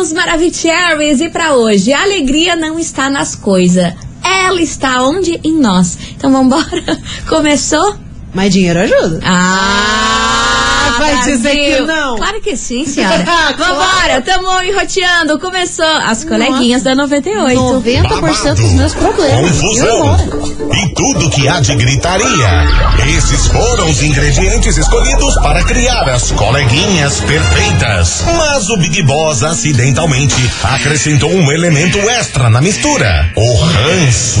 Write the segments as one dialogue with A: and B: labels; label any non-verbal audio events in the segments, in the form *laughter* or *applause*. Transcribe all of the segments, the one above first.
A: os Maravicheries e para hoje, a alegria não está nas coisas. Ela está onde? Em nós. Então vambora? *laughs* Começou?
B: Mas dinheiro ajuda.
A: Ah!
B: vai dizer que não. Ah,
A: Claro que sim,
B: *laughs*
A: senhora.
B: Claro.
A: Vambora, tamo enroteando. Começou as coleguinhas da 98.
B: 90%
A: tá
B: dos meus problemas. Eu
C: confusão
B: embora.
C: e tudo que há de gritaria. Esses foram os ingredientes escolhidos para criar as coleguinhas perfeitas. Mas o Big Boss acidentalmente acrescentou um elemento extra na mistura: o ranço.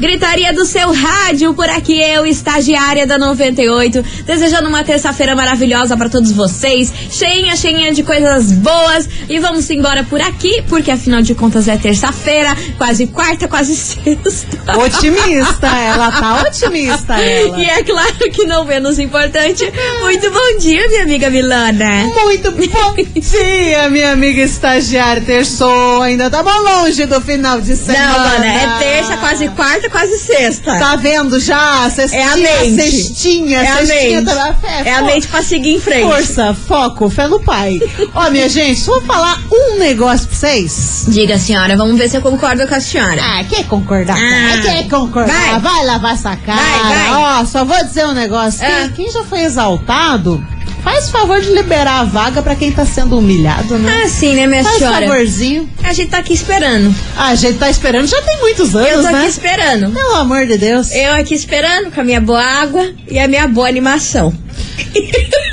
A: Gritaria do seu rádio, por aqui eu, estagiária da 98, desejando uma terça-feira maravilhosa pra todos vocês, cheinha, cheinha de coisas boas. E vamos embora por aqui, porque afinal de contas é terça-feira, quase quarta, quase *laughs* sexta.
B: *laughs* Otimista, ela tá
A: *laughs*
B: otimista, ela.
A: E é claro que não menos importante, muito bom dia, minha amiga Milana.
B: Muito bom dia, minha amiga estagiária. Terçou, ainda tava longe do final de semana.
A: Não, Lana, é terça, quase quarta, quase sexta.
B: Tá vendo já? Cestinha,
A: É a mente.
B: cestinha,
A: é a
B: cestinha.
A: mente.
B: tá na fé.
A: É a
B: Fo-
A: mente pra seguir em frente.
B: Força, foco, fé no pai. Ó, minha gente, vou falar um negócio pra vocês.
A: Diga, senhora, vamos ver se eu concordo com a senhora.
B: Ah, quer concordar?
A: Ah,
B: quer concordar?
A: vai.
B: Vai. lavar essa cara.
A: Vai, vai.
B: Ó, só vou dizer um negócio. Quem,
A: Ah.
B: quem já foi exaltado, faz favor de liberar a vaga pra quem tá sendo humilhado, né?
A: Ah, sim, né, minha
B: faz
A: senhora?
B: favorzinho.
A: A gente tá aqui esperando.
B: Ah, a gente tá esperando já tem muitos
A: Eu
B: anos,
A: tô aqui
B: né?
A: esperando.
B: Pelo amor de Deus.
A: Eu aqui esperando com a minha boa água e a minha boa animação.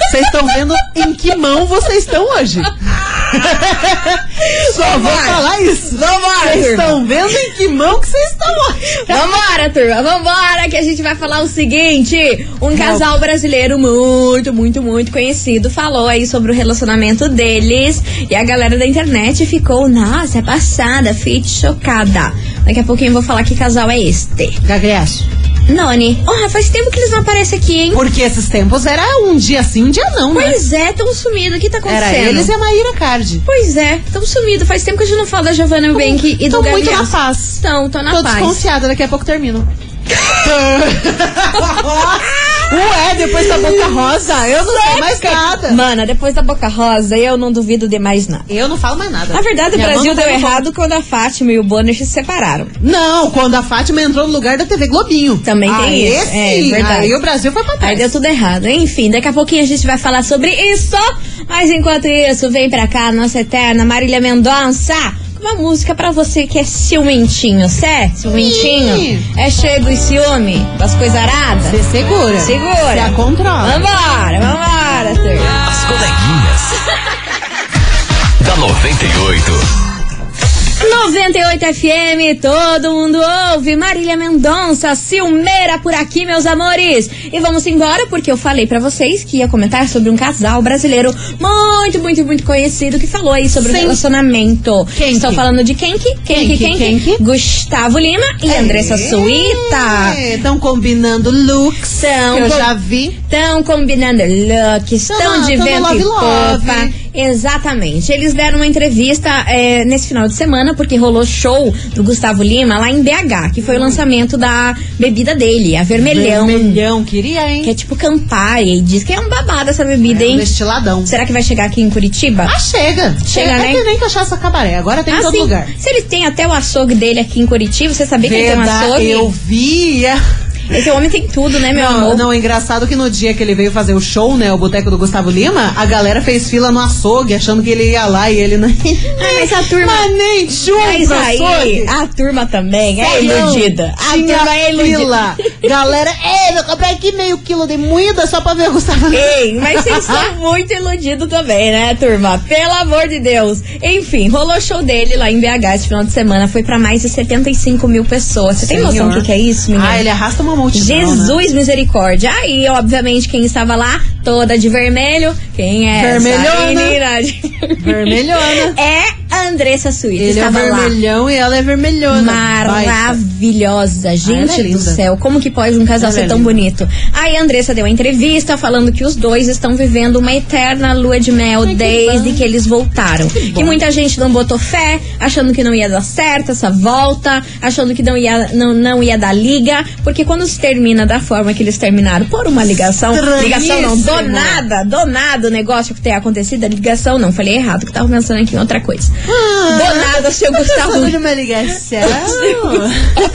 B: Vocês estão vendo em que mão vocês estão
A: *laughs*
B: hoje. Só vou
A: Vambora.
B: falar isso.
A: Vambora,
B: Vocês
A: turma.
B: estão vendo em que mão que vocês estão hoje.
A: Vambora, turma, vambora, que a gente vai falar o seguinte: um casal brasileiro muito, muito, muito conhecido falou aí sobre o relacionamento deles e a galera da internet ficou, nossa, é passada, fit chocada. Daqui a pouquinho eu vou falar que casal é este.
B: Gagliasso.
A: Noni, oh, faz tempo que eles não aparecem aqui, hein?
B: Porque esses tempos era um dia sim, um dia não, né?
A: Pois é, tão sumido, o que tá acontecendo?
B: Era eles e a Maíra Cardi.
A: Pois é, tão sumido. Faz tempo que a gente não fala da Giovanna Bank e do
B: Tão muito na
A: Gagliasso.
B: paz.
A: Estão, tô na
B: Tô
A: paz.
B: desconfiada, daqui a
A: *laughs*
B: pouco termino. Ué, depois
A: tá
B: da boca rosa, eu não sei mais nada.
A: Mana, depois da Boca Rosa, eu não duvido de mais nada.
B: Eu não falo mais nada.
A: Na verdade,
B: Minha
A: o Brasil
B: mão não
A: deu
B: tá no bolo.
A: errado quando a Fátima e o Bonner se separaram.
B: Não, quando a Fátima entrou no lugar da TV Globinho.
A: Também tem
B: Aí
A: isso. É,
B: sim,
A: verdade.
B: Aí o Brasil foi pra trás.
A: Aí deu tudo errado. Enfim, daqui a pouquinho a gente vai falar sobre isso. Mas enquanto isso, vem pra cá a nossa eterna Marília Mendonça. com Uma música pra você que é ciumentinho, certo? Ciumentinho.
B: Ih.
A: É cheio do ciúme, das coisas aradas.
B: Você segura.
A: Segura.
B: Você a controla.
A: Vambora, vambora, turma.
D: As coleguinhas. da 98.
A: 98 FM, todo mundo ouve. Marília Mendonça, Silmeira por aqui, meus amores. E vamos embora porque eu falei pra vocês que ia comentar sobre um casal brasileiro muito, muito, muito conhecido que falou aí sobre o
B: Sim.
A: relacionamento.
B: Quem
A: Estou
B: que?
A: falando de Kenki, Kenki,
B: Quem que, quem
A: Kenki,
B: que? É.
A: Gustavo Lima e Andressa Suíta.
B: Estão combinando looks.
A: Tão
B: que eu
A: com-
B: já vi.
A: Estão combinando looks, estão
B: Tão-
A: de
B: tão no
A: vento e
B: love, love.
A: popa. Exatamente. Eles deram uma entrevista é, nesse final de semana, porque rolou show do Gustavo Lima lá em BH, que foi o lançamento da bebida dele, a Vermelhão.
B: Vermelhão, queria, hein?
A: Que é tipo Campari. E diz que é um babado essa bebida,
B: É um
A: hein?
B: destiladão.
A: Será que vai chegar aqui em Curitiba?
B: Ah, chega.
A: Chega,
B: Até
A: né? Ah,
B: que nem cachaça cabaré. Agora tem em todo
A: sim.
B: lugar.
A: Se ele tem até o açougue dele aqui em Curitiba, você sabia que ele tem um
B: Verdade,
A: açougue?
B: eu via.
A: Esse homem tem tudo, né, meu
B: Não,
A: amor?
B: não, é engraçado que no dia que ele veio fazer o show, né, o boteco do Gustavo Lima, a galera fez fila no açougue, achando que ele ia lá e ele não.
A: Ah, *laughs* mas a turma-
B: Mas nem chumbo,
A: Mas aí,
B: açougue.
A: a turma também é
B: Não,
A: iludida. A
B: Tinha
A: turma é iludida.
B: fila. Galera, é, vou comprar aqui meio quilo de moída só pra ver o Gustavo Lima.
A: Ei,
B: *laughs*
A: mas vocês são muito iludidos também, né, turma? Pelo amor de Deus. Enfim, rolou show dele lá em BH esse final de semana. Foi pra mais de 75 mil pessoas. Você tem noção do
B: Senhor.
A: que, que é isso, menina?
B: Ah, ele arrasta uma multidão, né?
A: Jesus misericórdia. Aí, obviamente, quem estava lá, toda de vermelho. Quem é
B: Vermelhona.
A: essa menina? de- *laughs*
B: Vermelhona.
A: É Andressa Suíte.
B: Ele é
A: Estava lá.
B: vermelhão e ela é vermelhona. Baita.
A: Maravilhosa,
B: ela é
A: gente do
B: linda.
A: céu, como que pode um casal
B: Ela
A: ser
B: é
A: tão
B: linda.
A: bonito? Aí a Andressa deu uma entrevista falando que os dois estão vivendo uma eterna lua de mel desde que, eles voltaram. e muita gente não botou fé, achando que não ia dar certo essa volta, achando que não ia, não, não ia dar liga, porque quando se termina da forma que eles terminaram, por uma ligação, ligação não, do
B: Estranhíssimo.
A: nada nada, do nada o negócio que ter acontecido, a ligação, não, falei errado, que tava pensando aqui em outra coisa.
B: Ah.
A: do nada, o seu Gustavo.
B: *laughs* Saúde de uma ligação. *laughs*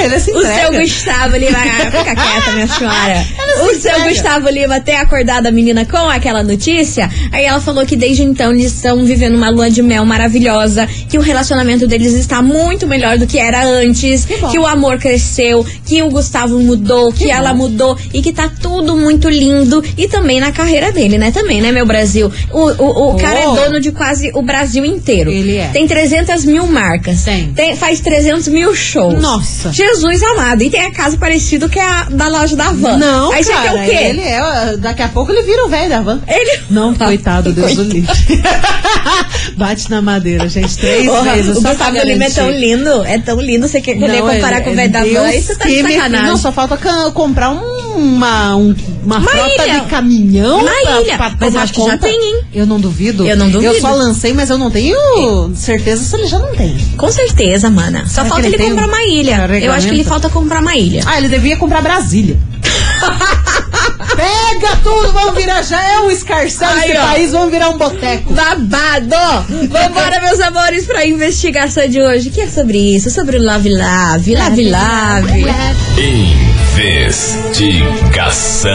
B: É, Ele se
A: O seu
B: entrega.
A: Gustavo Lima. Ah,
B: *laughs*
A: fica quieta, minha senhora. O seu Gustavo Lima ter acordado a menina com aquela notícia. Aí ela falou que desde então eles estão vivendo uma lua de mel maravilhosa. Que o relacionamento deles está muito melhor do que era antes. Que o amor cresceu. Que o Gustavo mudou. Que, ela mudou. E que tá tudo muito lindo. E também na carreira dele, né? Também, né, meu Brasil? O, o, o cara é
B: Oh.
A: dono de quase o Brasil inteiro.
B: Ele é.
A: Tem 300 mil marcas.
B: Tem.
A: Faz 300 mil shows.
B: Nossa.
A: Jesus amado. E tem a casa parecida que é a da loja da van.
B: Não,
A: Aí
B: cara,
A: você quer o quê? É.
B: ele é, ó, daqui a pouco ele vira o velho da van.
A: Ele- *laughs*
B: Não, coitado, Deus do livre. *laughs* Bate na madeira, gente, três
A: Porra,
B: vezes
A: o
B: só pra
A: Gustavo Lima é
B: garantir.
A: tão lindo. É tão lindo. Você quer querer
B: Não,
A: comparar
B: ele- é
A: com o velho da
B: Deus
A: van? Isso tá de
B: que me-
A: sacanagem.
B: Não, só falta ca- comprar um- uma, um- uma
A: Uma
B: frota
A: ilha.
B: de caminhão
A: Uma
B: pra,
A: ilha.
B: pra
A: Mas eu
B: tomar
A: acho que já
B: conta.
A: tem, hein?
B: Eu não duvido.
A: Eu não duvido.
B: Eu só lancei, mas eu não tenho certeza se ele já não tem.
A: Com certeza, mana. Só
B: Será que
A: falta
B: ele
A: ele
B: tem
A: comprar
B: um
A: uma ilha. Eu acho que ele
B: carregamento?
A: falta comprar uma ilha.
B: Ah, ele devia comprar Brasília. *laughs* Pega tudo, vamos virar. Já é um escarcel
A: Aí,
B: esse
A: ó.
B: país, vamos virar um boteco.
A: Babado! Vambora, meus amores, pra investigação de hoje, que é sobre isso, sobre o Love Love, Love Love.
D: Investigação.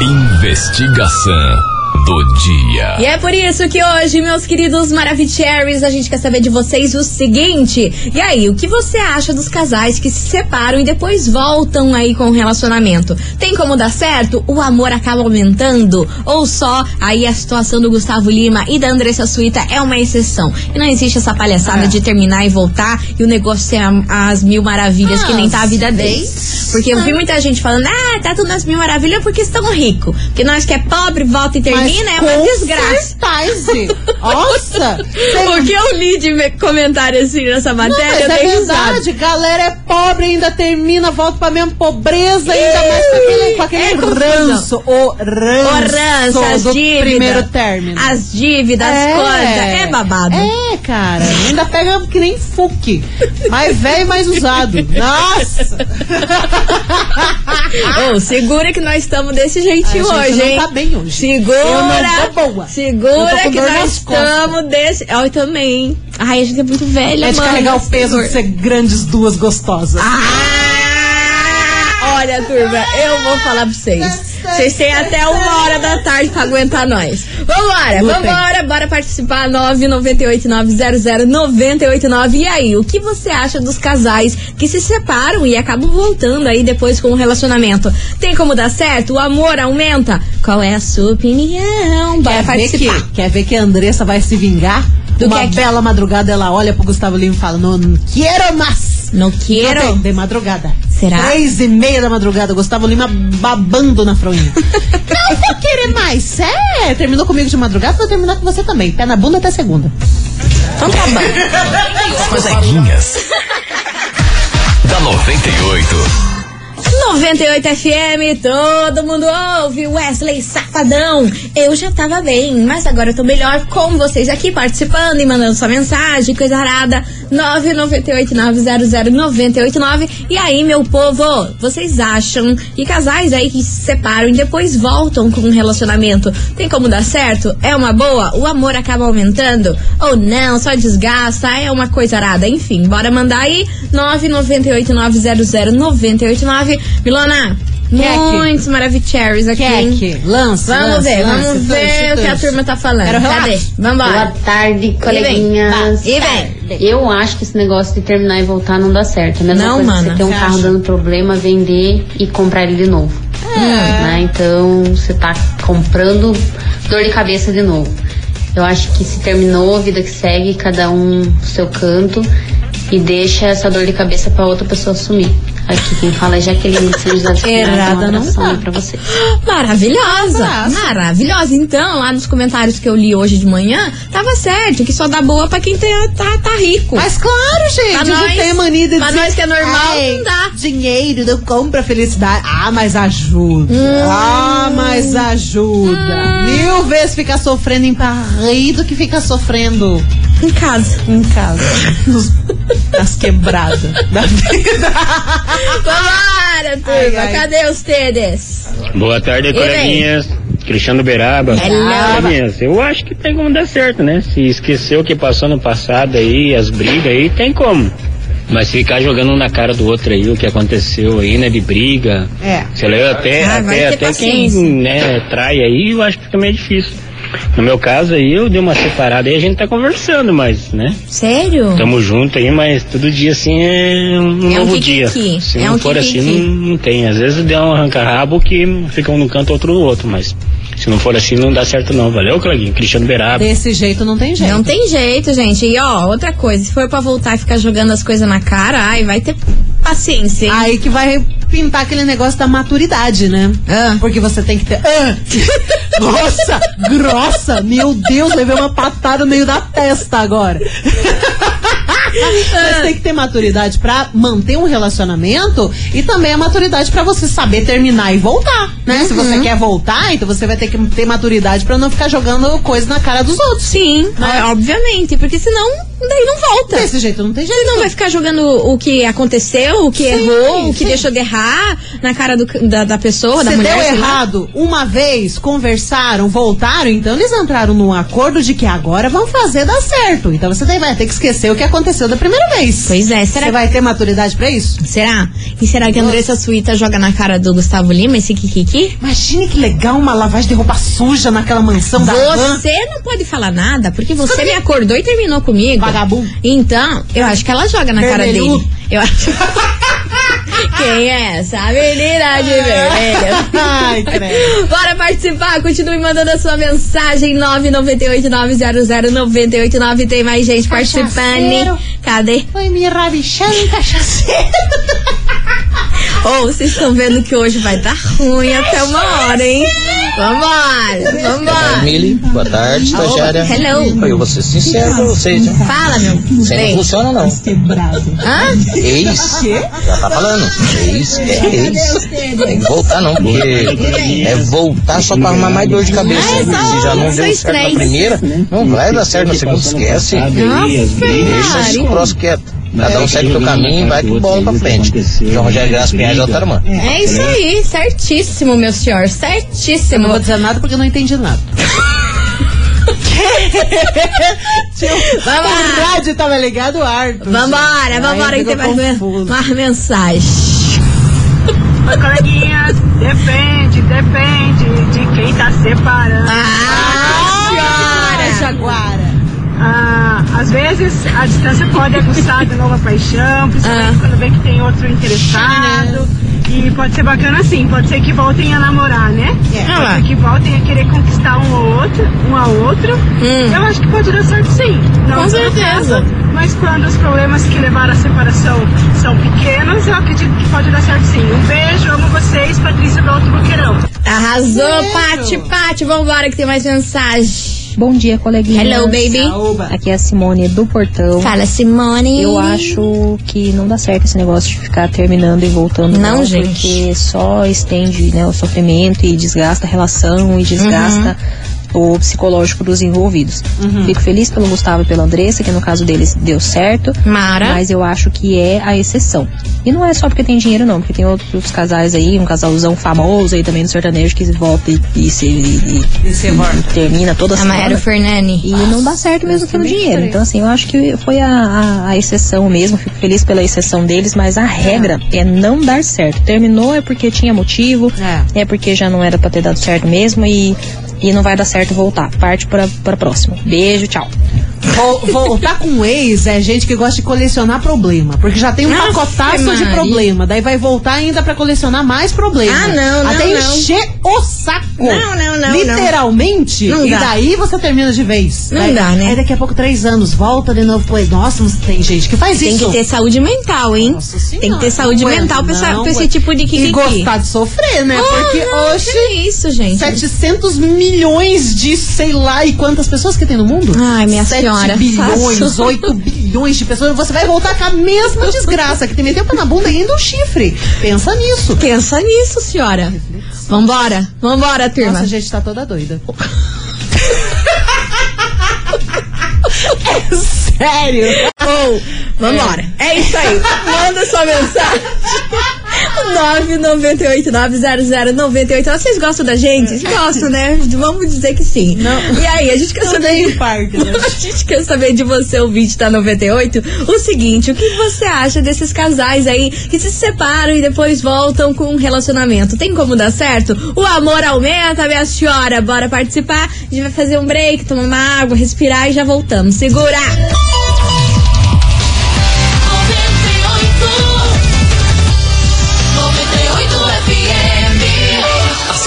D: Investigação do dia.
A: E é por isso que hoje, meus queridos Maravicheries, a gente quer saber de vocês o seguinte. E aí, o que você acha dos casais que se separam e depois voltam aí com o relacionamento? Tem como dar certo? O amor acaba aumentando? Ou só aí a situação do Gustavo Lima e da Andressa Suíta é uma exceção? E não existe essa palhaçada de terminar e voltar e o negócio ser a- as mil maravilhas que nem tá a vida deles. Porque eu vi muita gente falando, ah, tá tudo nas mil maravilhas porque estão ricos. Porque nós que é pobre, volta e termina termina é uma
B: com
A: desgraça.
B: certeza.
A: *laughs*
B: Nossa! Cê-
A: O que eu li de me- comentário assim nessa
B: Não,
A: matéria,
B: mas
A: eu
B: é
A: tenho
B: verdade, galera é pobre, ainda termina, volta pra mesma pobreza, ainda mais com aquele, com aquele
A: É confusão.
B: ranço, o ranço,
A: Ranço, as
B: do
A: dívidas.
B: primeiro término.
A: As dívidas, as coisas. É babado.
B: É, cara. Ainda pega que nem fuque. Mais velho e
A: *laughs*
B: mais usado. Nossa!
A: Ô, segura que nós estamos desse
B: A gente
A: jeitinho hoje,
B: não
A: hein?
B: tá bem hoje. Eu
A: Segura,
B: não tô boa. Eu tô
A: segura
B: com
A: que
B: dor
A: nós
B: nas
A: estamos desse. Ó, Eu também. Ai, a gente é muito velha,
B: É de
A: mano.
B: carregar o peso de ser grandes duas gostosas.
A: Ah! Olha, turma, eu vou falar pra vocês. Vocês têm até uma hora da tarde pra aguentar nós. Vambora,
B: Lutem.
A: vambora, bora participar. 998-900-989. E aí, o que você acha dos casais que se separam e acabam voltando aí depois com o relacionamento? Tem como dar certo? O amor aumenta? Qual é a sua opinião? Bora
B: Quer ver,
A: participar.
B: que, quer ver que a Andressa vai se vingar?
A: Do
B: Uma
A: que é que-
B: bela madrugada ela olha pro Gustavo Lima e fala: Não quero mais!
A: Não
B: Não tem,
A: quero.
B: de madrugada.
A: Será?
B: Três e meia da madrugada, Gustavo Lima babando na
A: *laughs*
B: fronha. não vou querer mais. É, terminou comigo de madrugada, vou terminar com você também. Pé na bunda até segunda.
A: Então tá *laughs* bom.
D: As coleguinhas. da 98.
A: 98 FM, todo mundo ouve, Wesley Safadão. Eu já tava bem, mas agora eu tô melhor com vocês aqui participando e mandando sua mensagem, coisa arada. 998900989. E aí, meu povo, vocês acham que Hum, casais aí que se separam e depois voltam com um relacionamento tem como dar certo? É uma boa? O amor acaba aumentando? Ou não, só desgasta? É uma coisa arada? Enfim, bora mandar aí 998900989. Milona,
B: Queque.
A: muitos maravicheries aqui. hein?
B: Keck, lança.
A: Vamos
B: lança,
A: ver,
B: lança,
A: vamos ver
B: lança,
A: o que a
B: lança.
A: turma tá falando.
B: Quero
A: Cadê?
B: relato.
A: Vambora. Tá.
E: Boa tarde, coleguinhas.
B: Tá.
A: E vem.
E: Eu acho que esse negócio de terminar e voltar não dá certo. É a mesma
A: Não,
E: coisa que
A: mana,
E: você ter um
B: você
E: carro
B: acha?
E: dando problema, vender e comprar ele de novo. Né? Então você tá comprando dor de cabeça de novo. Eu acho que se terminou, a vida que segue, cada um pro seu canto e deixa essa dor de cabeça pra outra pessoa assumir.
F: Aqui quem fala é Jaqueline de São José dos Pinhais.
B: Errada
F: Um abração
B: não tá.
F: aí pra vocês.
A: Maravilhosa!
B: Um Abraço.
A: Maravilhosa! Então, lá nos comentários que eu li hoje de manhã, tava certo que só dá boa pra quem tem- tá, tá rico.
B: Mas claro,
A: Pra nós-
B: gente, não tem mania de
A: pra
B: dizer,
A: nós que é normal,
B: "Ai,
A: não dá."
B: Dinheiro não compra felicidade. Ah, mas ajuda.
A: Hum.
B: Ah, mas ajuda. Mil vezes ficar sofrendo em Paris do que ficar sofrendo
A: Em casa.
B: em casa. Nos- nas quebradas da *laughs* vida.
A: Vambora, turma!
B: Ai, ai.
A: Cadê os TDs?
G: Boa tarde,
A: bem?
G: coleguinhas. Cristiano Beraba.
A: É Hello.
G: Coleguinhas, eu acho que tem como dar certo, né? Se esqueceu o que passou no passado aí, as brigas aí, tem como. Mas ficar jogando um na cara do outro aí, o que aconteceu aí, né, de briga.
B: É.
G: Sei lá, eu até,
A: Ah, vai
G: até,
A: ter
G: até quem
A: paciência.
G: né, trai aí, eu acho que fica meio difícil. No meu caso aí, eu dei uma separada aí, a gente tá conversando, mas, né?
A: Sério?
G: Tamo junto aí, mas todo dia assim é um
A: É um
G: novo dia.
A: kikiki.
G: Se
A: É
G: não
A: um
G: for
A: kikiki.
G: assim, não, não tem. Às vezes dá um arranca-rabo que fica um no canto, outro no outro, mas se não for assim, não dá certo não. Valeu, Claguinho. Cristiano Beraba.
B: Desse jeito não tem jeito.
A: Não tem jeito, gente. E ó, outra coisa, se for pra voltar e ficar jogando as coisas na cara, ai, vai ter paciência, hein?
B: Aí que vai pintar aquele negócio da maturidade, né?
A: Ah.
B: Porque você tem que ter. Ah! Grossa! grossa! Meu Deus, levei uma patada no meio da testa agora. Mas tem que ter maturidade pra manter um relacionamento e também a maturidade pra você saber terminar e voltar, né? Se você quer voltar, então você vai ter que ter maturidade pra não ficar jogando coisa na cara dos outros.
A: Sim,
B: Né?
A: ó, obviamente, porque senão daí não volta.
B: Desse jeito não tem jeito.
A: Ele não vai ficar jogando o que aconteceu, o que
B: Sim,
A: errou, o que
B: sim.
A: deixou de errar na cara do- da, da pessoa, da
B: Se
A: mulher.
B: deu
A: sei lá.
B: errado uma vez, conversaram, voltaram, então eles entraram num acordo de que agora vão fazer dar certo. Então você tem- vai ter que esquecer o que aconteceu da primeira vez.
A: Pois é, será
B: Você vai ter maturidade pra isso?
A: Será? E será que a Andressa Suíta joga na cara do Gustavo Lima esse Kikiki?
B: Imagine que legal uma lavagem de roupa suja naquela mansão da van.
A: Você não pode falar nada, porque você me acordou e terminou comigo.
B: Vagabundo.
A: Então, eu acho que ela joga na cara
B: Vermelhudo.
A: dele. Eu acho. *laughs* Quem é essa menina de vermelho?
B: *laughs* Ai, credo.
A: Bora participar, continue mandando a sua mensagem 998-900-989. Tem mais gente participando.
B: Cachaceiro.
A: Cadê?
B: Foi me rabichando, cachaceiro.
A: *laughs* Ou vocês estão vendo que hoje vai dar ruim até uma hora, hein? Vambora, vambora.
H: Mili, boa tarde, estagiária.
A: Ah. Hello.
H: Eu vou ser sincero pra vocês, viu?
A: Fala, meu
H: Isso aí não
A: bem.
H: funciona, não.
B: Quebrado.
A: Hã?
H: Ex, já tá falando. Ex, é ex. Tem que voltar, não, porque é voltar só pra arrumar mais dor de cabeça.
A: Ah, é só
H: Se já não
A: um,
H: deu
A: dois,
H: certo
A: três.
H: na primeira, não vai dar certo na segunda, esquece.
A: Nossa,
H: Deixa esse
A: Maria.
H: troço quieto. Cada um segue o seu caminho e vai com bola pra frente. João Rogério Graça Pinhais de Altaramã.
A: É isso aí, certíssimo, meu senhor,
B: Eu não
A: certíssimo.
B: vou dizer nada porque eu não entendi nada.
A: Vamos
B: O
A: lá.
B: rádio tava ligado, o ar.
A: Vambora, vambora, que tem
B: então
A: mais men-
B: confuso.
A: mais mensagem.
I: Ô, coleguinhas, depende, depende de quem tá separando.
A: Ah, senhora,
B: Jaguara.
I: Ah, às vezes a distância pode aguçar de novo a paixão, principalmente
A: Ah.
I: quando vê que tem outro interessado. E pode ser bacana assim, pode ser que voltem a namorar, né?
A: Ah lá.
I: Pode ser que voltem a querer conquistar um ao outro, um ao outro.
A: Hum.
I: Eu acho que pode dar certo sim. Não
A: Com
I: no
A: certeza.
I: Caso, mas quando os problemas que levaram à separação são pequenos, eu acredito que pode dar certo sim. Um beijo, amo vocês, Patrícia do Alto Boqueirão.
A: Arrasou, Pati, Pati. Vambora que tem mais mensagem.
J: Bom dia, coleguinha.
A: Hello, baby.
B: Saúba.
J: Aqui é a Simone do Portão.
A: Fala, Simone.
J: Eu acho que não dá certo esse negócio de ficar terminando e voltando.
A: Não, gente.
J: Porque só estende né, o sofrimento e desgasta a relação e desgasta
A: Uhum.
J: o psicológico dos envolvidos. Fico feliz pelo Gustavo e pela Andressa, que no caso deles deu certo.
A: Mara.
J: Mas eu acho que é a exceção. E não é só porque tem dinheiro, não, porque tem outros casais aí, um casalzão famoso aí também no sertanejo que volta e, e se, e- e-
B: E
A: é
B: se volta.
J: e termina toda
A: A
J: semana.
A: Mayara Fernani.
J: E não dá certo mesmo pelo dinheiro. Então, assim, eu acho que foi a, a- a exceção mesmo. Fico feliz pela exceção deles, mas a regra é não dar certo. Terminou é porque tinha motivo, é, porque já não era pra ter dado certo mesmo e, e não vai dar certo voltar. Parte pra, pra próxima. Beijo, tchau.
B: Vol- Voltar com um ex é gente que gosta de colecionar problema. Porque já tem um
A: Nossa,
B: pacotaço de
A: Maria.
B: problema. Daí vai voltar ainda pra colecionar mais problema.
A: Ah, não, não,
B: Até
A: não.
B: encher o saco.
A: Não, não, não.
B: Literalmente?
A: Não
B: e
A: dá.
B: daí você termina de vez.
A: Não
B: Daí-
A: dá, né?
B: Aí daqui a pouco, três anos, volta de novo. Pois, nossa, mas tem gente que faz
A: Tem
B: isso.
A: que ter saúde mental, hein?
B: Nossa senhora,
A: Tem que ter saúde
B: não aguento,
A: mental pra, essa-
B: não
A: pra esse
B: aguento.
A: tipo de que Ah,
B: E gostar de sofrer, né? Porque hoje.
A: isso, gente.
B: 700 milhões de sei lá e quantas pessoas que tem no mundo?
A: Ai, minha
B: 7
A: senhora,
B: bilhões,
A: faço. *laughs*
B: 8 bilhões de pessoas. Você vai voltar com a mesma desgraça que te meteu pra na bunda ainda um chifre. Pensa nisso.
A: Pensa nisso, senhora. Vambora, vambora, turma.
B: Nossa, a gente tá
A: *laughs*
B: toda doida. é sério.
A: Ou, vambora. É. isso aí. Manda sua mensagem. 998900989. Vocês gostam da gente? Gostam, né? Vamos dizer que sim. E aí, a gente quer saber.
B: parte, né?
A: *laughs* A gente quer saber de você, o vídeo da 98, o seguinte, o que você acha desses casais aí que se separam e depois voltam com um relacionamento? Tem como dar certo? O amor aumenta, minha senhora. Bora participar. A gente vai fazer um break, tomar uma água, respirar e já voltamos. Segura!
D: As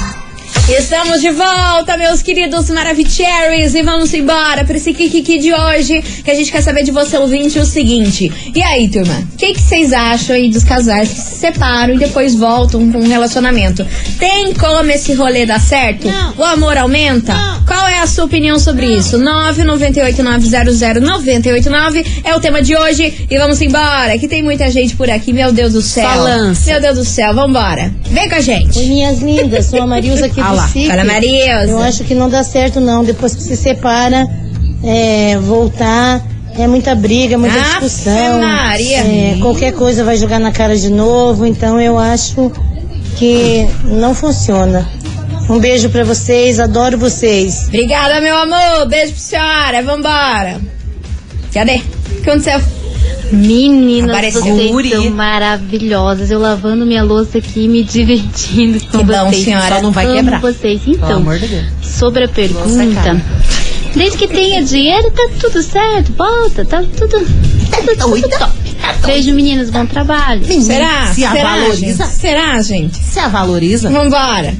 A: Estamos de volta, meus queridos Maravicheries, e vamos embora pra esse Kikiki de hoje, que a gente quer saber de você, ouvinte, o seguinte. E aí, turma, o que que vocês acham aí dos casais que se separam e depois voltam com um relacionamento? Tem como esse rolê dar certo?
B: Não.
A: O amor aumenta? Qual é a sua opinião sobre isso? 998900989 é o tema de hoje, e vamos embora, que tem muita gente por aqui, meu Deus do céu.
B: Só lança.
A: Meu Deus do céu, vambora. Vem com a gente.
K: Oi, minhas lindas, sou a Marilza aqui
A: Ah
K: do
A: lá,
K: SIC.
A: fala, Marilza.
K: Eu acho que não dá certo, não. Depois que se separa, é, voltar, é muita briga, muita
A: Ave
K: discussão.
A: Maria.
K: É, qualquer coisa vai jogar na cara de novo. Então eu acho que não funciona. Um beijo pra vocês, adoro vocês.
A: Obrigada, meu amor. Beijo pra senhora. Vambora. Cadê? O que aconteceu?
E: Meninas,
A: Apareceu. um
E: vocês
B: Guri.
E: são
A: Então,
E: maravilhosas. Eu lavando minha louça aqui, me divertindo com
A: Que bom,
E: vocês.
A: senhora.
B: Só não vai
E: Amo
B: quebrar.
E: vocês.
B: Pelo
E: Então,
B: amor de Deus.
E: sobre a pergunta. Desde que tenha dinheiro, tá tudo certo. Volta, tá tudo. Tá tudo
B: então.
E: top. Beijo, meninas. Bom trabalho.
A: Será?
B: Se a
A: Será,
B: valoriza.
A: gente? Será, gente?
B: Se a valoriza.
A: Vambora.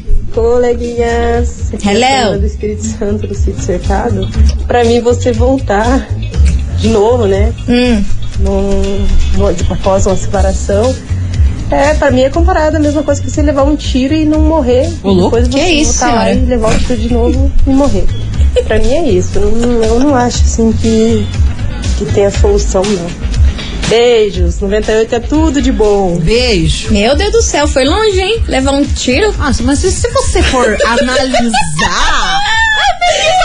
J: Coleguinhas, aqui é a
A: Hello.
J: Fernanda do Espírito Santo do Sítio Cercado. Pra mim, você voltar de novo, né?
A: Hum.
J: Num, numa- após uma separação. É, pra mim é comparado a mesma coisa que você levar um tiro e não morrer.
B: Ô, louco.
J: Depois
A: Que
J: você
A: isso,
J: voltar lá
A: senhora?
J: e levar o tiro de novo
A: *laughs*
J: e morrer. Pra mim é isso. Eu não, eu não acho assim que, que tem a solução, não. Beijos, 98 é tudo de bom.
B: Beijo.
A: Meu Deus do céu, foi longe, hein? Levar um tiro.
B: Nossa, mas se, se você for analisar.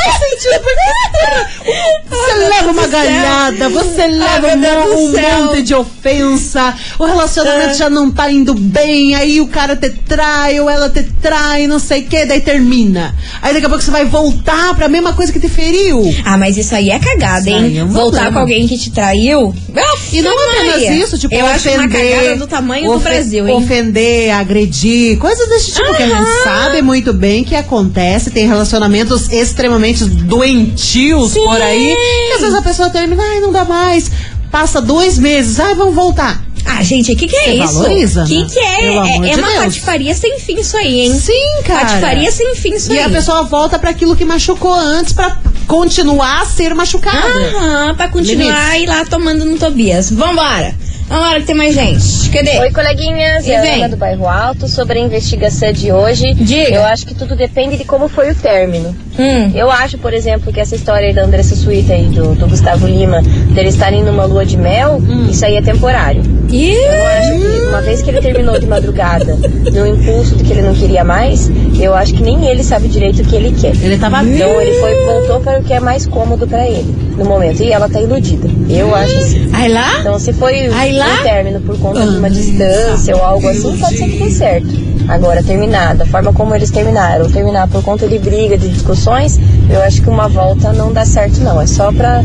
B: faz sentido, porque Você leva uma galhada, você leva
A: meu Deus
B: um,
A: do
B: um
A: céu.
B: monte de ofensa, o relacionamento já não tá indo bem, aí o cara te trai, ou ela te trai, não sei o que, daí termina. Aí daqui a pouco você vai voltar pra mesma coisa que te feriu.
A: Ah, mas isso aí é cagada,
B: Isso
A: hein?
B: aí é um
A: Voltar
B: problema. É,
A: com alguém que te traiu. Nossa,
B: E não apenas
A: Maria.
B: isso, tipo,
A: Eu acho
B: ofender,
A: uma cagada do tamanho do
B: ofe-
A: Brasil, hein?
B: Ofender, agredir, coisas desse tipo que a gente sabe muito bem que acontece, tem relacionamentos extremamente doentios
A: Sim.
B: por aí. E às vezes a pessoa termina, ai, não dá mais. Passa dois meses, ai, vamos voltar.
A: Ah, gente, o que, que é
B: Você
A: isso?
B: valoriza,
A: que
B: né?
A: que é?
B: Pelo amor
A: É, é
B: de
A: uma
B: Deus.
A: patifaria sem fim isso aí, hein?
B: Sim, cara.
A: Patifaria sem fim isso
B: E
A: aí.
B: a pessoa volta pra aquilo que machucou antes pra continuar a ser machucada.
A: Aham, pra continuar
B: Limites.
A: e ir lá tomando no Tobias. Vambora! Vambora que tem mais gente. Cadê?
J: Oi, coleguinhas.
A: E
J: é a
A: vem.
J: Ana do Bairro Alto. Sobre a investigação de hoje,
A: Diga.
J: eu acho que tudo depende de como foi o término.
A: Hum.
J: Eu acho, por exemplo, que essa história aí da Andressa Suíta e do, do Gustavo Lima, deles estarem numa lua de mel,
A: Hum.
J: isso aí é temporário.
A: Ih,
J: Eu acho que uma vez que ele terminou de madrugada, no impulso de que ele não queria mais, eu acho que nem ele sabe direito o que ele quer.
B: Ele
A: tá
B: tava
J: Então ele foi voltou para o que é mais cômodo para ele no momento. E ela tá iludida. Eu acho assim.
A: Aí lá?
J: Então, se foi
A: Aí lá?
J: um término por conta de uma distância ou algo assim, pode ser que dê certo. Agora, terminar, da forma como eles terminaram, terminar por conta de briga, de discussões, eu acho que uma volta não dá certo, não. É só pra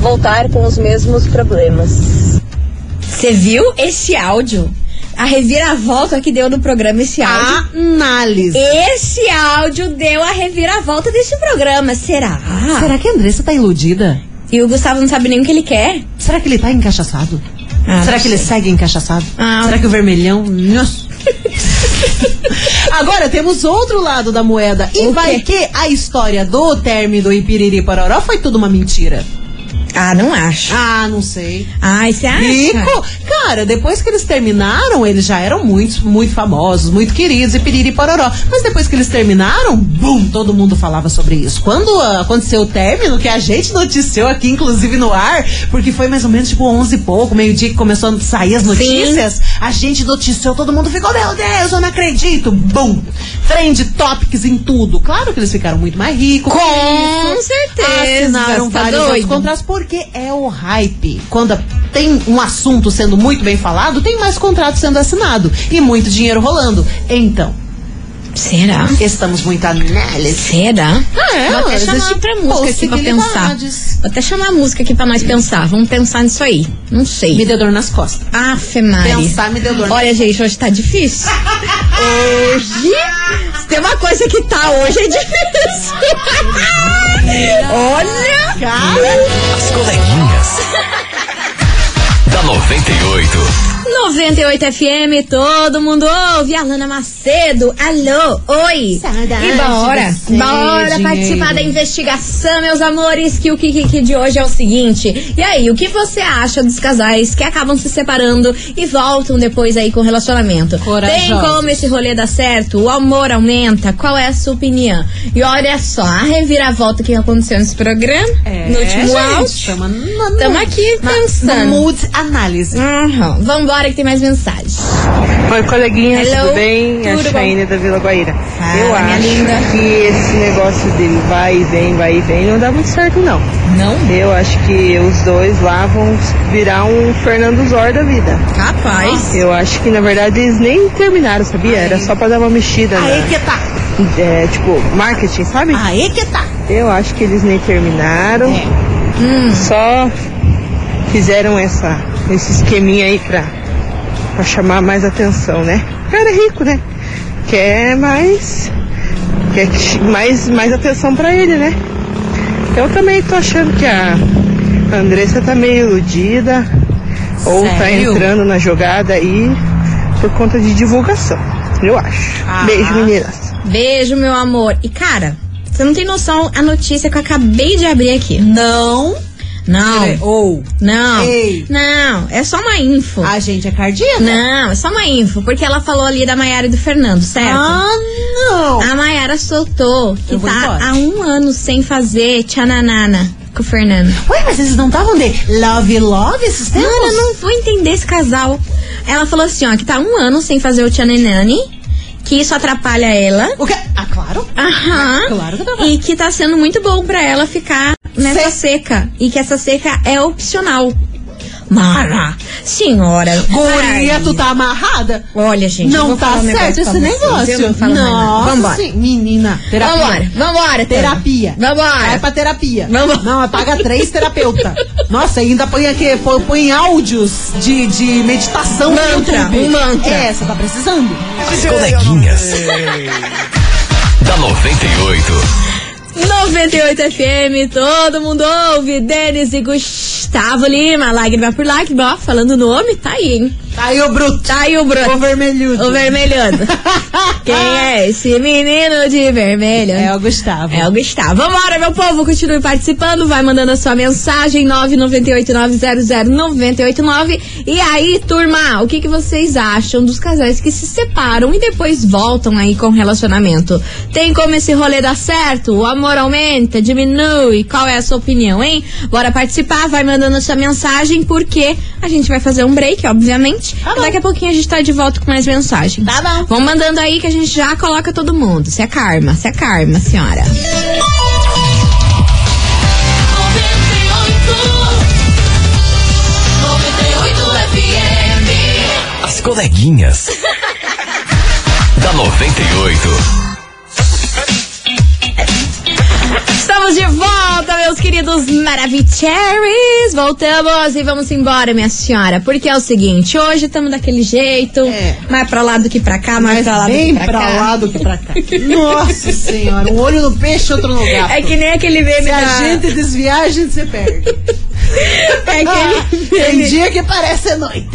J: voltar com os mesmos problemas.
A: Você viu esse áudio? A reviravolta que deu no programa esse áudio.
B: Análise.
A: Esse áudio deu a reviravolta desse programa. Será?
B: Será que a Andressa tá iludida?
A: E o Gustavo não sabe nem o que ele quer?
B: Será que ele tá encaixaçado? Ah, Será que ele segue encachaçado? Ah. Será que o vermelhão. *laughs* Nossa. Agora temos outro lado da moeda. E vai que a história do término e piriri pororó foi tudo uma mentira.
A: Ah, não acho.
B: Ah, não sei.
A: Ai, você acha?
B: Rico? Cara, depois que eles terminaram, eles já eram muito, muito famosos, muito queridos e piriri pororó. Mas depois que eles terminaram, bum, todo mundo falava sobre isso. Quando ah, aconteceu o término, que a gente noticiou aqui, inclusive no ar, porque foi mais ou menos tipo 11 e pouco, meio-dia que começou a sair as notícias, a gente noticiou, todo mundo ficou, meu Deus, eu não acredito. Bum! Trend topics em tudo. Claro que eles ficaram muito mais ricos.
A: Com
B: isso.
A: certeza,
B: Assinaram
A: você tá
B: vários outros
A: doido?
B: contratos, porque é o hype. Quando tem um assunto sendo muito bem falado, tem mais contrato sendo assinado e muito dinheiro rolando. Então.
A: Será?
B: Estamos muito análise.
A: Será?
B: Ah, é?
A: Vou até
B: existe
A: chamar outra música aqui pra pensar.
B: possibilidades.
A: Vou até chamar a música aqui pra nós pensar. Vamos pensar nisso aí. Não sei.
B: Me deu dor nas costas.
A: Afe, Mari.
B: Pensar me deu dor.
A: Olha, gente, hoje tá difícil. Hoje. Se tem uma coisa que tá hoje é difícil. Olha.
D: As coleguinhas. da 98.
A: 98 FM, todo mundo ouve. Alana Macedo, alô, oi.
B: Saudade
A: e bora,
B: de você,
A: bora
B: dinheiro.
A: participar da investigação, meus amores, que o que, que- que de hoje é o seguinte. E aí, o que você acha dos casais que acabam se separando e voltam depois aí com o relacionamento?
B: Corajosos.
A: Tem como esse rolê dar certo? O amor aumenta? Qual é a sua opinião? E olha só, a reviravolta que aconteceu nesse programa,
B: É.
A: no
H: É,
A: último áudio. Tamo
B: Estamos
A: aqui pensando.
B: Mood análise.
A: Aham. Vambora que tem mais mensagem.
H: Oi, coleguinhas,
A: Hello.
H: tudo bem?
A: Tudo
H: a
A: bom.
H: Chaine da Vila Guaíra.
A: Fala,
H: Eu
A: minha
H: acho
A: linda.
H: que esse negócio dele vai e vem, vai e vem, não dá muito certo, não.
A: Não?
H: Eu acho que os dois lá vão virar um Fernando Zor da vida.
A: Capaz.
H: Eu acho que, na verdade, eles nem terminaram, sabia? Era só pra dar uma mexida,
B: Aí
H: né?
B: que tá.
H: É, tipo, marketing, sabe?
B: Aí que tá. É.
H: Eu acho que eles nem terminaram.
B: Hum.
H: Só fizeram essa, esse esqueminha aí pra, pra chamar mais atenção, né? O cara é rico, né? Quer mais. Quer que ch- mais, mais atenção pra ele, né? Eu também tô achando que a Andressa tá meio iludida. Ou tá
B: Sério?
H: entrando na jogada aí por conta de divulgação. Eu acho.
A: Ah.
H: Beijo, meninas.
A: Beijo, meu amor. E cara, você não tem noção a notícia que eu acabei de abrir aqui.
B: Não.
A: Não,
B: Ou.
A: não,
B: Ei.
A: não, é só uma info.
B: A gente é cardíaca?
A: Não, é só uma info, porque ela falou ali da Maiara e do Fernando, certo?
B: Ah, não.
A: A Maiara soltou que
B: Eu vou
A: tá
B: embora.
A: há um ano sem fazer tchananana com o Fernando.
B: Ué, mas eles não estavam de love, love esses tempos?
A: Mano, eu não vou entender esse casal. Ela falou assim, ó, que tá há um ano sem fazer o tchananani, que isso atrapalha ela.
B: O quê? Ah, claro.
A: Aham.
B: Claro que tava.
A: E que tá sendo muito bom pra ela ficar nessa seca. E que essa seca é opcional. Mara, senhora.
B: Guria,
A: vai.
B: tu tá amarrada?
A: Olha, gente. eu
B: não
A: vou falar
B: tá
A: um negócio
B: certo
A: pra
B: esse
A: vocês,
B: negócio.
A: Eu não falo mais nada.
B: Nossa,
A: Vambora.
B: sim. menina. Terapia.
A: Vambora, vambora. Tânia.
B: Terapia. É Vai
A: Vambora.
B: pra terapia.
A: Vambora.
B: Não, é paga três terapeuta. Nossa, ainda põe aqui, põe, põe áudios de, de meditação. no
A: Mantra,
B: YouTube.
A: um mantra.
B: É, você tá precisando.
D: As coleguinhas. da 98.
A: 98 FM, todo mundo ouve. Denis e Gustavo Lima, lágrima por lágrima, ó, falando o nome, tá aí, hein?
B: Aí o bruto.
A: Tá aí o Bruno.
B: O vermelhudo.
A: O vermelhudo. *laughs*
B: *laughs*
A: Quem é esse menino de vermelho?
B: É o Gustavo.
A: É o Gustavo. Vambora, meu povo, continue participando, vai mandando a sua mensagem 998900989. E aí, turma, o que, que vocês acham dos casais que se separam e depois voltam aí com o relacionamento? Tem como esse rolê dar certo? O amor aumenta, diminui? Qual é a sua opinião, hein? Bora participar, vai mandando a sua mensagem porque a gente vai fazer um break, obviamente.
B: Tá bom.
A: Daqui a pouquinho a gente tá de volta com mais mensagens.
B: Tá bom.
A: Vão mandando aí que a gente já coloca todo mundo. Se é karma, se é karma, senhora.
D: As coleguinhas. da 98.
A: Estamos de volta, meus queridos Maravicheries. Voltamos e vamos embora, minha senhora. Porque é o seguinte, hoje estamos daquele jeito.
B: É.
A: Mais pra lá do que pra cá, mais pra lá do que
B: Bem
A: pra,
B: pra
A: cá.
B: lá do que pra cá. Nossa senhora, um olho no peixe, outro no gato.
A: É que É nem aquele meme
B: Se
A: da...
B: a gente desviar, a gente se perde. Ah,
A: É aquele
B: Tem dia que parece noite.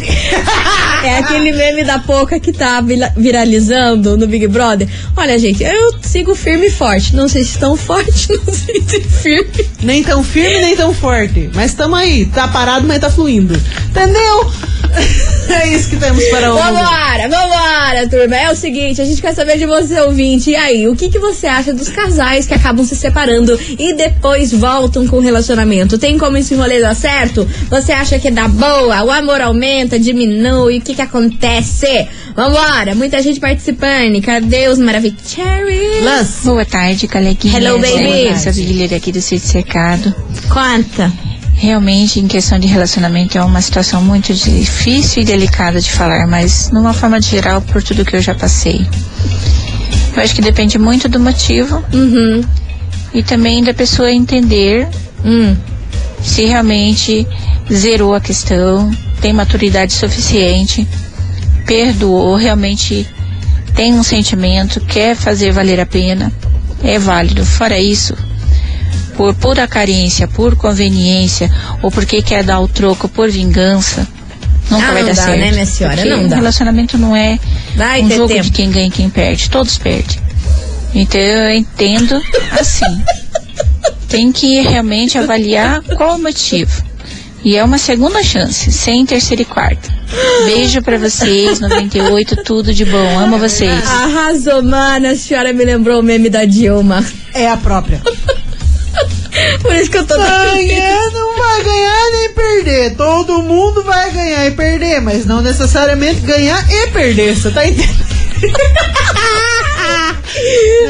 A: É aquele meme da pouca que tá vira- viralizando no Big Brother. Olha, gente, eu sigo firme e forte. Não sei se tão forte, *laughs* não sei se firme.
B: Nem tão firme, nem tão forte. Mas tamo aí. Tá parado, mas tá fluindo. Entendeu? *laughs* É isso que temos para hoje.
A: Vambora, vambora, turma. É o seguinte, a gente quer saber de você, ouvinte. E aí, o que, que você acha dos casais que acabam se separando e depois voltam com o relacionamento? Tem como esse rolê dar certo? Você acha que dá boa? O amor aumenta, diminui? O que que acontece? Vambora, muita gente participando. Cadê os maravilhosos?
J: Boa tarde, coleguinha.
A: Hello, baby.
J: Essa Guilherme aqui do Sítio Cercado.
A: Conta.
J: Realmente, em questão de relacionamento, é uma situação muito difícil e delicada de falar, mas numa forma geral, por tudo que eu já passei. Eu acho que depende muito do motivo
A: Uhum,
J: e também da pessoa entender
A: hum.
J: se realmente zerou a questão, tem maturidade suficiente, perdoou, realmente tem um sentimento, quer fazer valer a pena, é válido. Fora isso, por pura carência, por conveniência, ou porque quer dar o troco por vingança, nunca
A: Ah,
J: vai
A: não
J: dar
A: dá,
J: certo.
A: né, minha senhora?
J: Porque
A: Não
J: um
A: dá.
J: relacionamento não é
A: Vai
J: um
A: ter
J: jogo de
A: tempo.
J: quem ganha e quem perde, todos perdem. Então eu entendo assim. Tem que realmente avaliar qual o motivo. E é uma segunda chance, sem terceira e quarta. Beijo pra vocês, 98, tudo de bom. Amo vocês.
A: Arrasou, mano. A senhora me lembrou o meme da Dilma. *laughs*
B: É a própria.
A: Por isso que eu tô tão
B: Ganhar é, não vai ganhar nem perder. Todo mundo vai ganhar e perder, mas não necessariamente ganhar e perder. Você tá entendendo?
A: Ah!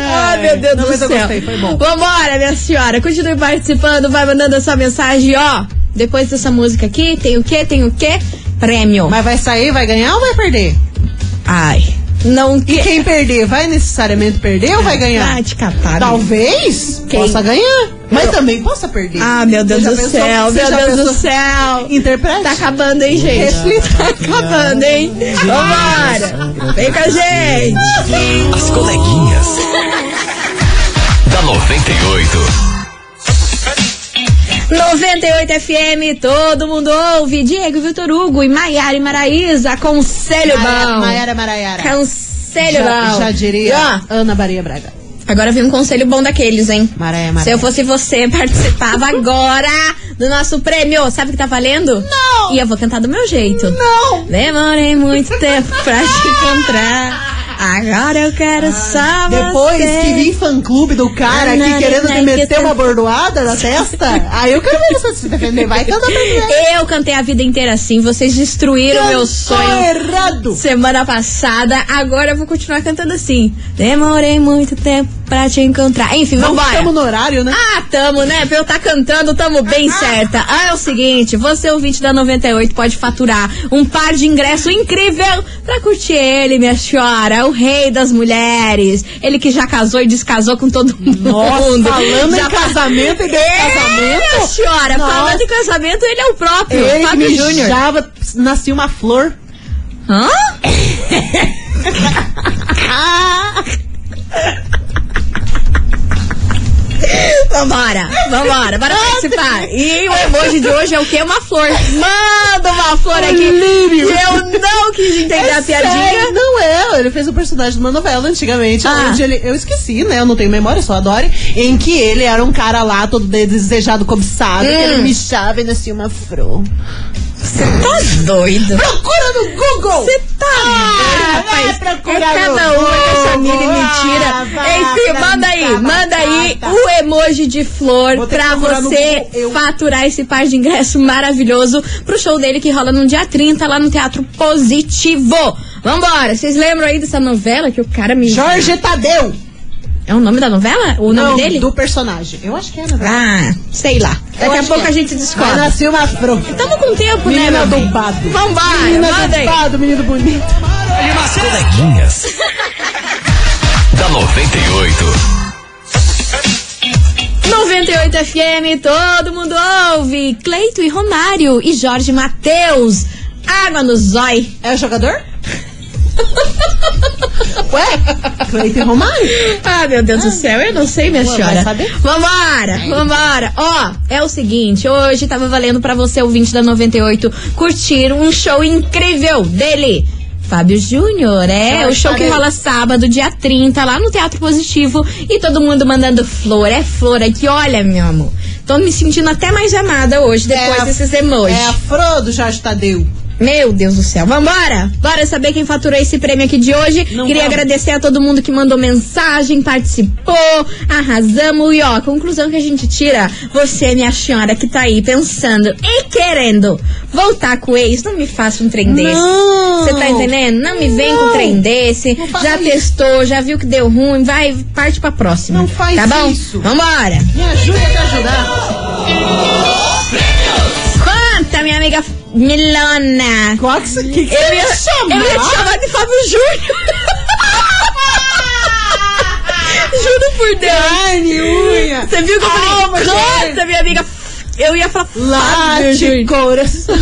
A: Ai, meu Deus
B: Não,
A: do
B: mas eu
A: céu.
B: gostei, foi bom.
A: Vambora, minha senhora. Continue participando, vai mandando a sua mensagem, ó. Depois dessa música aqui, tem o quê? Tem o quê? Prêmio.
B: Mas vai sair, vai ganhar ou vai perder?
A: Ai. Não
B: E é? quem perder, vai necessariamente perder ou vai ganhar?
A: Ah, te catar.
B: um Talvez
A: Quem?
B: possa ganhar, mas também possa perder.
A: Ah, meu Deus
B: Você já
A: do
B: pensou-
A: céu,
B: você
A: meu
B: já
A: Deus do
B: pensou-
A: céu.
B: Interprete.
A: Tá acabando, hein, gente? Tá acabando, hein? Vambora. Vem com a gente.
C: As coleguinhas. Da 98.
A: 98 FM, todo mundo ouve. Diego Vitor Hugo e Maiara e Maraísa, conselho
B: Maiara-
A: bom.
B: Maiara Maraiara.
A: Conselho
B: Tá. já,
A: bom.
B: já
A: E,
B: diria
A: ó,
B: Ana Maria Braga.
A: Agora vem um conselho bom daqueles, hein?
B: Maraia,
A: Se
B: Maraia.
A: eu fosse você,
B: *laughs*
A: participava agora do nosso prêmio. Sabe o que tá valendo? Não! E eu vou cantar do meu jeito.
B: Não!
A: Demorei
B: *laughs*
A: muito tempo pra te encontrar. Agora eu quero só
B: Ah, Depois
A: você.
B: que vim fã-clube do cara aqui
A: é. Ana,
B: querendo
A: Ana,
B: te
A: que
B: meter
A: tá-
B: uma bordoada na testa, aí eu quero ver você se defender. Vai cantar pra mim. né?
A: Eu cantei a vida inteira assim, vocês destruíram meu sonho. Semana passada, agora eu vou continuar cantando assim. Demorei muito tempo pra te encontrar. Enfim,
B: Não
A: vambora.
B: estamos no horário, né?
A: Ah, tamo, né? Pra eu tá cantando, tamo bem certa. Ah, é o seguinte, você ouvinte da 98 pode faturar um par de ingresso incrível pra curtir ele, minha senhora, o rei das mulheres. Ele que já casou e descasou com todo mundo.
B: Nossa, falando
A: Já É,
B: em casamento e
A: Minha
B: descasamento.
A: senhora,
B: Nossa.
A: falando em casamento, ele é o próprio,
B: Ele que
A: Fábio Júnior.
B: mijava, nascia uma flor.
A: Hã? *laughs* Vambora, vambora, bora participar. E o emoji de hoje é o quê? Uma flor. Manda uma flor aqui.
B: Lírio.
A: Eu não quis entender a
B: É Sério,
A: piadinha.
B: não é, ele fez o personagem de uma novela antigamente,
A: Ah.
B: onde ele, eu esqueci, né, eu não tenho memória, só adore, em que ele era um cara lá, todo desejado, cobiçado, que
A: Hum.
B: ele mijava e nascia uma flor.
A: Você tá doido?
B: Procura no Google!
A: Você tá doido,
B: Ah, vai
A: rapaz. É
B: procurar
A: cada
B: no
A: uma que essa
B: Google.
A: amiga
B: Ah,
A: mentira.
B: vai,
A: Enfim,
B: pra
A: manda
B: mim,
A: aí,
B: tá,
A: manda
B: tá,
A: aí
B: tá.
A: o emoji de flor
B: Vou ter que
A: pra
B: procurar no
A: você
B: Google, eu.
A: faturar esse par de ingresso maravilhoso pro show dele que rola no dia 30 lá no Teatro Positivo. Vambora, vocês lembram aí dessa novela que o cara me.
B: Jorge Tadeu!
A: É o nome da novela? O
B: não,
A: nome dele?
B: do personagem. Eu acho que era. né?
A: Ah, sei lá. Daqui a
B: acho
A: pouco
B: que é.
A: a gente
B: Mas
A: descobre.
B: nasceu uma flor.
A: Tamo com tempo, né,
B: Menina
A: meu bem?
B: adubado.
A: Vambora,
B: Menina
A: manda aí.
B: adubado, menino bonito.
C: As coleguinhas. Da 98.
A: 98 FM, todo mundo ouve. Cleito e Romário e Jorge Matheus. Água no zói.
B: É o jogador? *laughs* Ué? Cleiton Romário?
A: Ah, meu Deus do céu, eu não sei, minha
B: Ué, vai
A: senhora.
B: saber?
A: Vambora, vambora. Ó, é o seguinte, hoje tava valendo pra você, ouvinte da 98, curtir um show incrível dele. Fábio Júnior, é,
L: Ah,
A: o show que
L: estarei.
A: rola sábado, dia 30, lá no Teatro Positivo, e todo mundo mandando flor, é flor aqui, olha, meu amor, tô me sentindo até mais amada hoje, depois
B: a-
A: desses emojis.
B: é a flor do Jorge Tadeu.
A: Meu Deus do céu. Vambora! Bora saber quem faturou esse prêmio aqui de hoje. Queria
B: vamos.
A: agradecer a todo mundo que mandou mensagem, participou, arrasamos. E ó, a conclusão que a gente tira, você, minha senhora, que tá aí pensando e querendo voltar com o ex, não me faça um trem desse. Você tá entendendo? Não me vem com um trem desse. Já testou, já viu que deu ruim, vai, parte pra próxima. Não faz tá bom? isso. Vambora!
B: Me ajuda a te ajudar.
A: Conta, minha amiga Milona.
B: Qual que, que, que
A: eu ia
B: você ia
A: é
B: chamar?
A: Eu ia te chamar de Fábio
B: *laughs*
A: Júnior. Juro por Deus.
B: Carne, unha.
A: Você viu que eu
B: Alma,
A: falei?
B: gente.
A: Conta, minha amiga. Eu ia falar Fábio
B: Late
A: Júnior.
B: coração.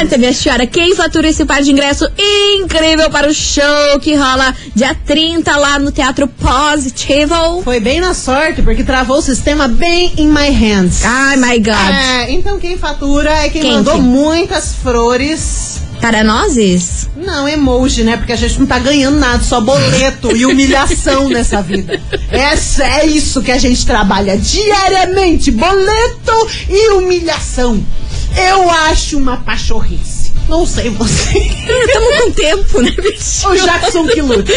A: Conta, minha senhora, quem fatura esse par de ingresso incrível para o show que rola dia 30 lá no Teatro Positivo?
B: Foi bem na sorte, porque travou o sistema bem in my hands.
A: Ai, my God.
B: É, então quem fatura é quem,
A: Quem
B: mandou
A: que-
B: muitas flores.
A: Para nós?
B: Não, emoji, né? Porque a gente não tá ganhando nada, só boleto e *laughs* humilhação nessa vida. Essa, é isso que a gente trabalha diariamente: boleto e humilhação. Eu acho uma pachorrice. Não sei você. *laughs*
A: Estamos com tempo, né, bicho?
B: O Jackson que luta.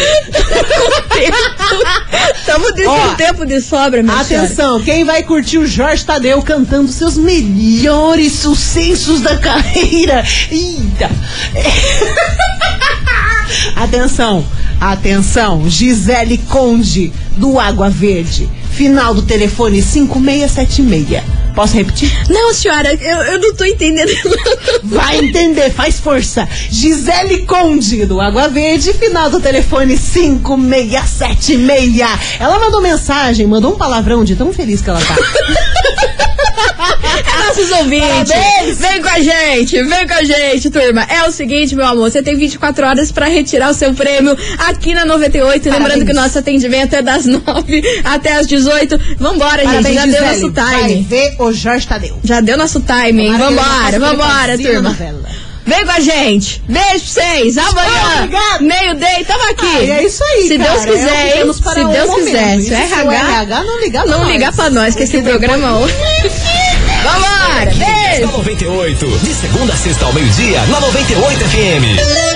A: Estamos com
B: Ó,
A: tempo de sobra, minha senhora.
B: Atenção, quem vai curtir o Jorge Tadeu cantando seus melhores sucessos da *laughs* carreira? Eita! *laughs* atenção, atenção, Gisele Conde, do Água Verde. Final do telefone 5676. Posso repetir?
A: Não, senhora, eu, eu não tô entendendo.
B: Vai entender, faz força. Gisele Conde, do Água Verde, final do telefone 5676. Ela mandou mensagem, mandou um palavrão de tão feliz que ela tá.
A: Nossos ouvintes,
B: Parabéns!
A: vem com a gente, vem com a gente, turma. É o seguinte, meu amor, você tem 24 horas pra retirar o seu prêmio aqui na 98. Lembrando que o nosso atendimento é das *laughs* 9 até as 18. Vambora, gente, já deu nosso
B: Vai
A: time.
B: ver o Jorge tá Tadeu.
A: Já deu nosso time, hein?
B: Tomara que ele não faça
A: Vambora, vambora,
B: telepatia
A: turma.
B: na novela.
A: Vem com a gente. Beijo pra vocês. Amanhã,
B: Obrigada.
A: meio-day, tamo aqui.
B: Ah, e é isso aí,
A: Se
B: cara.
A: Deus
B: É o
A: quiser,
B: que
A: hein?
B: temos para
A: Se
B: o
A: Deus
B: momento. é
A: quiser.
B: E
A: Se
B: se
A: o
B: seu RH não ligar pra
A: Não
B: nós.
A: ligar pra nós, que esse programa... é Vambora, beijo.
D: Da 98. De segunda a sexta ao meio-dia, na 98 FM.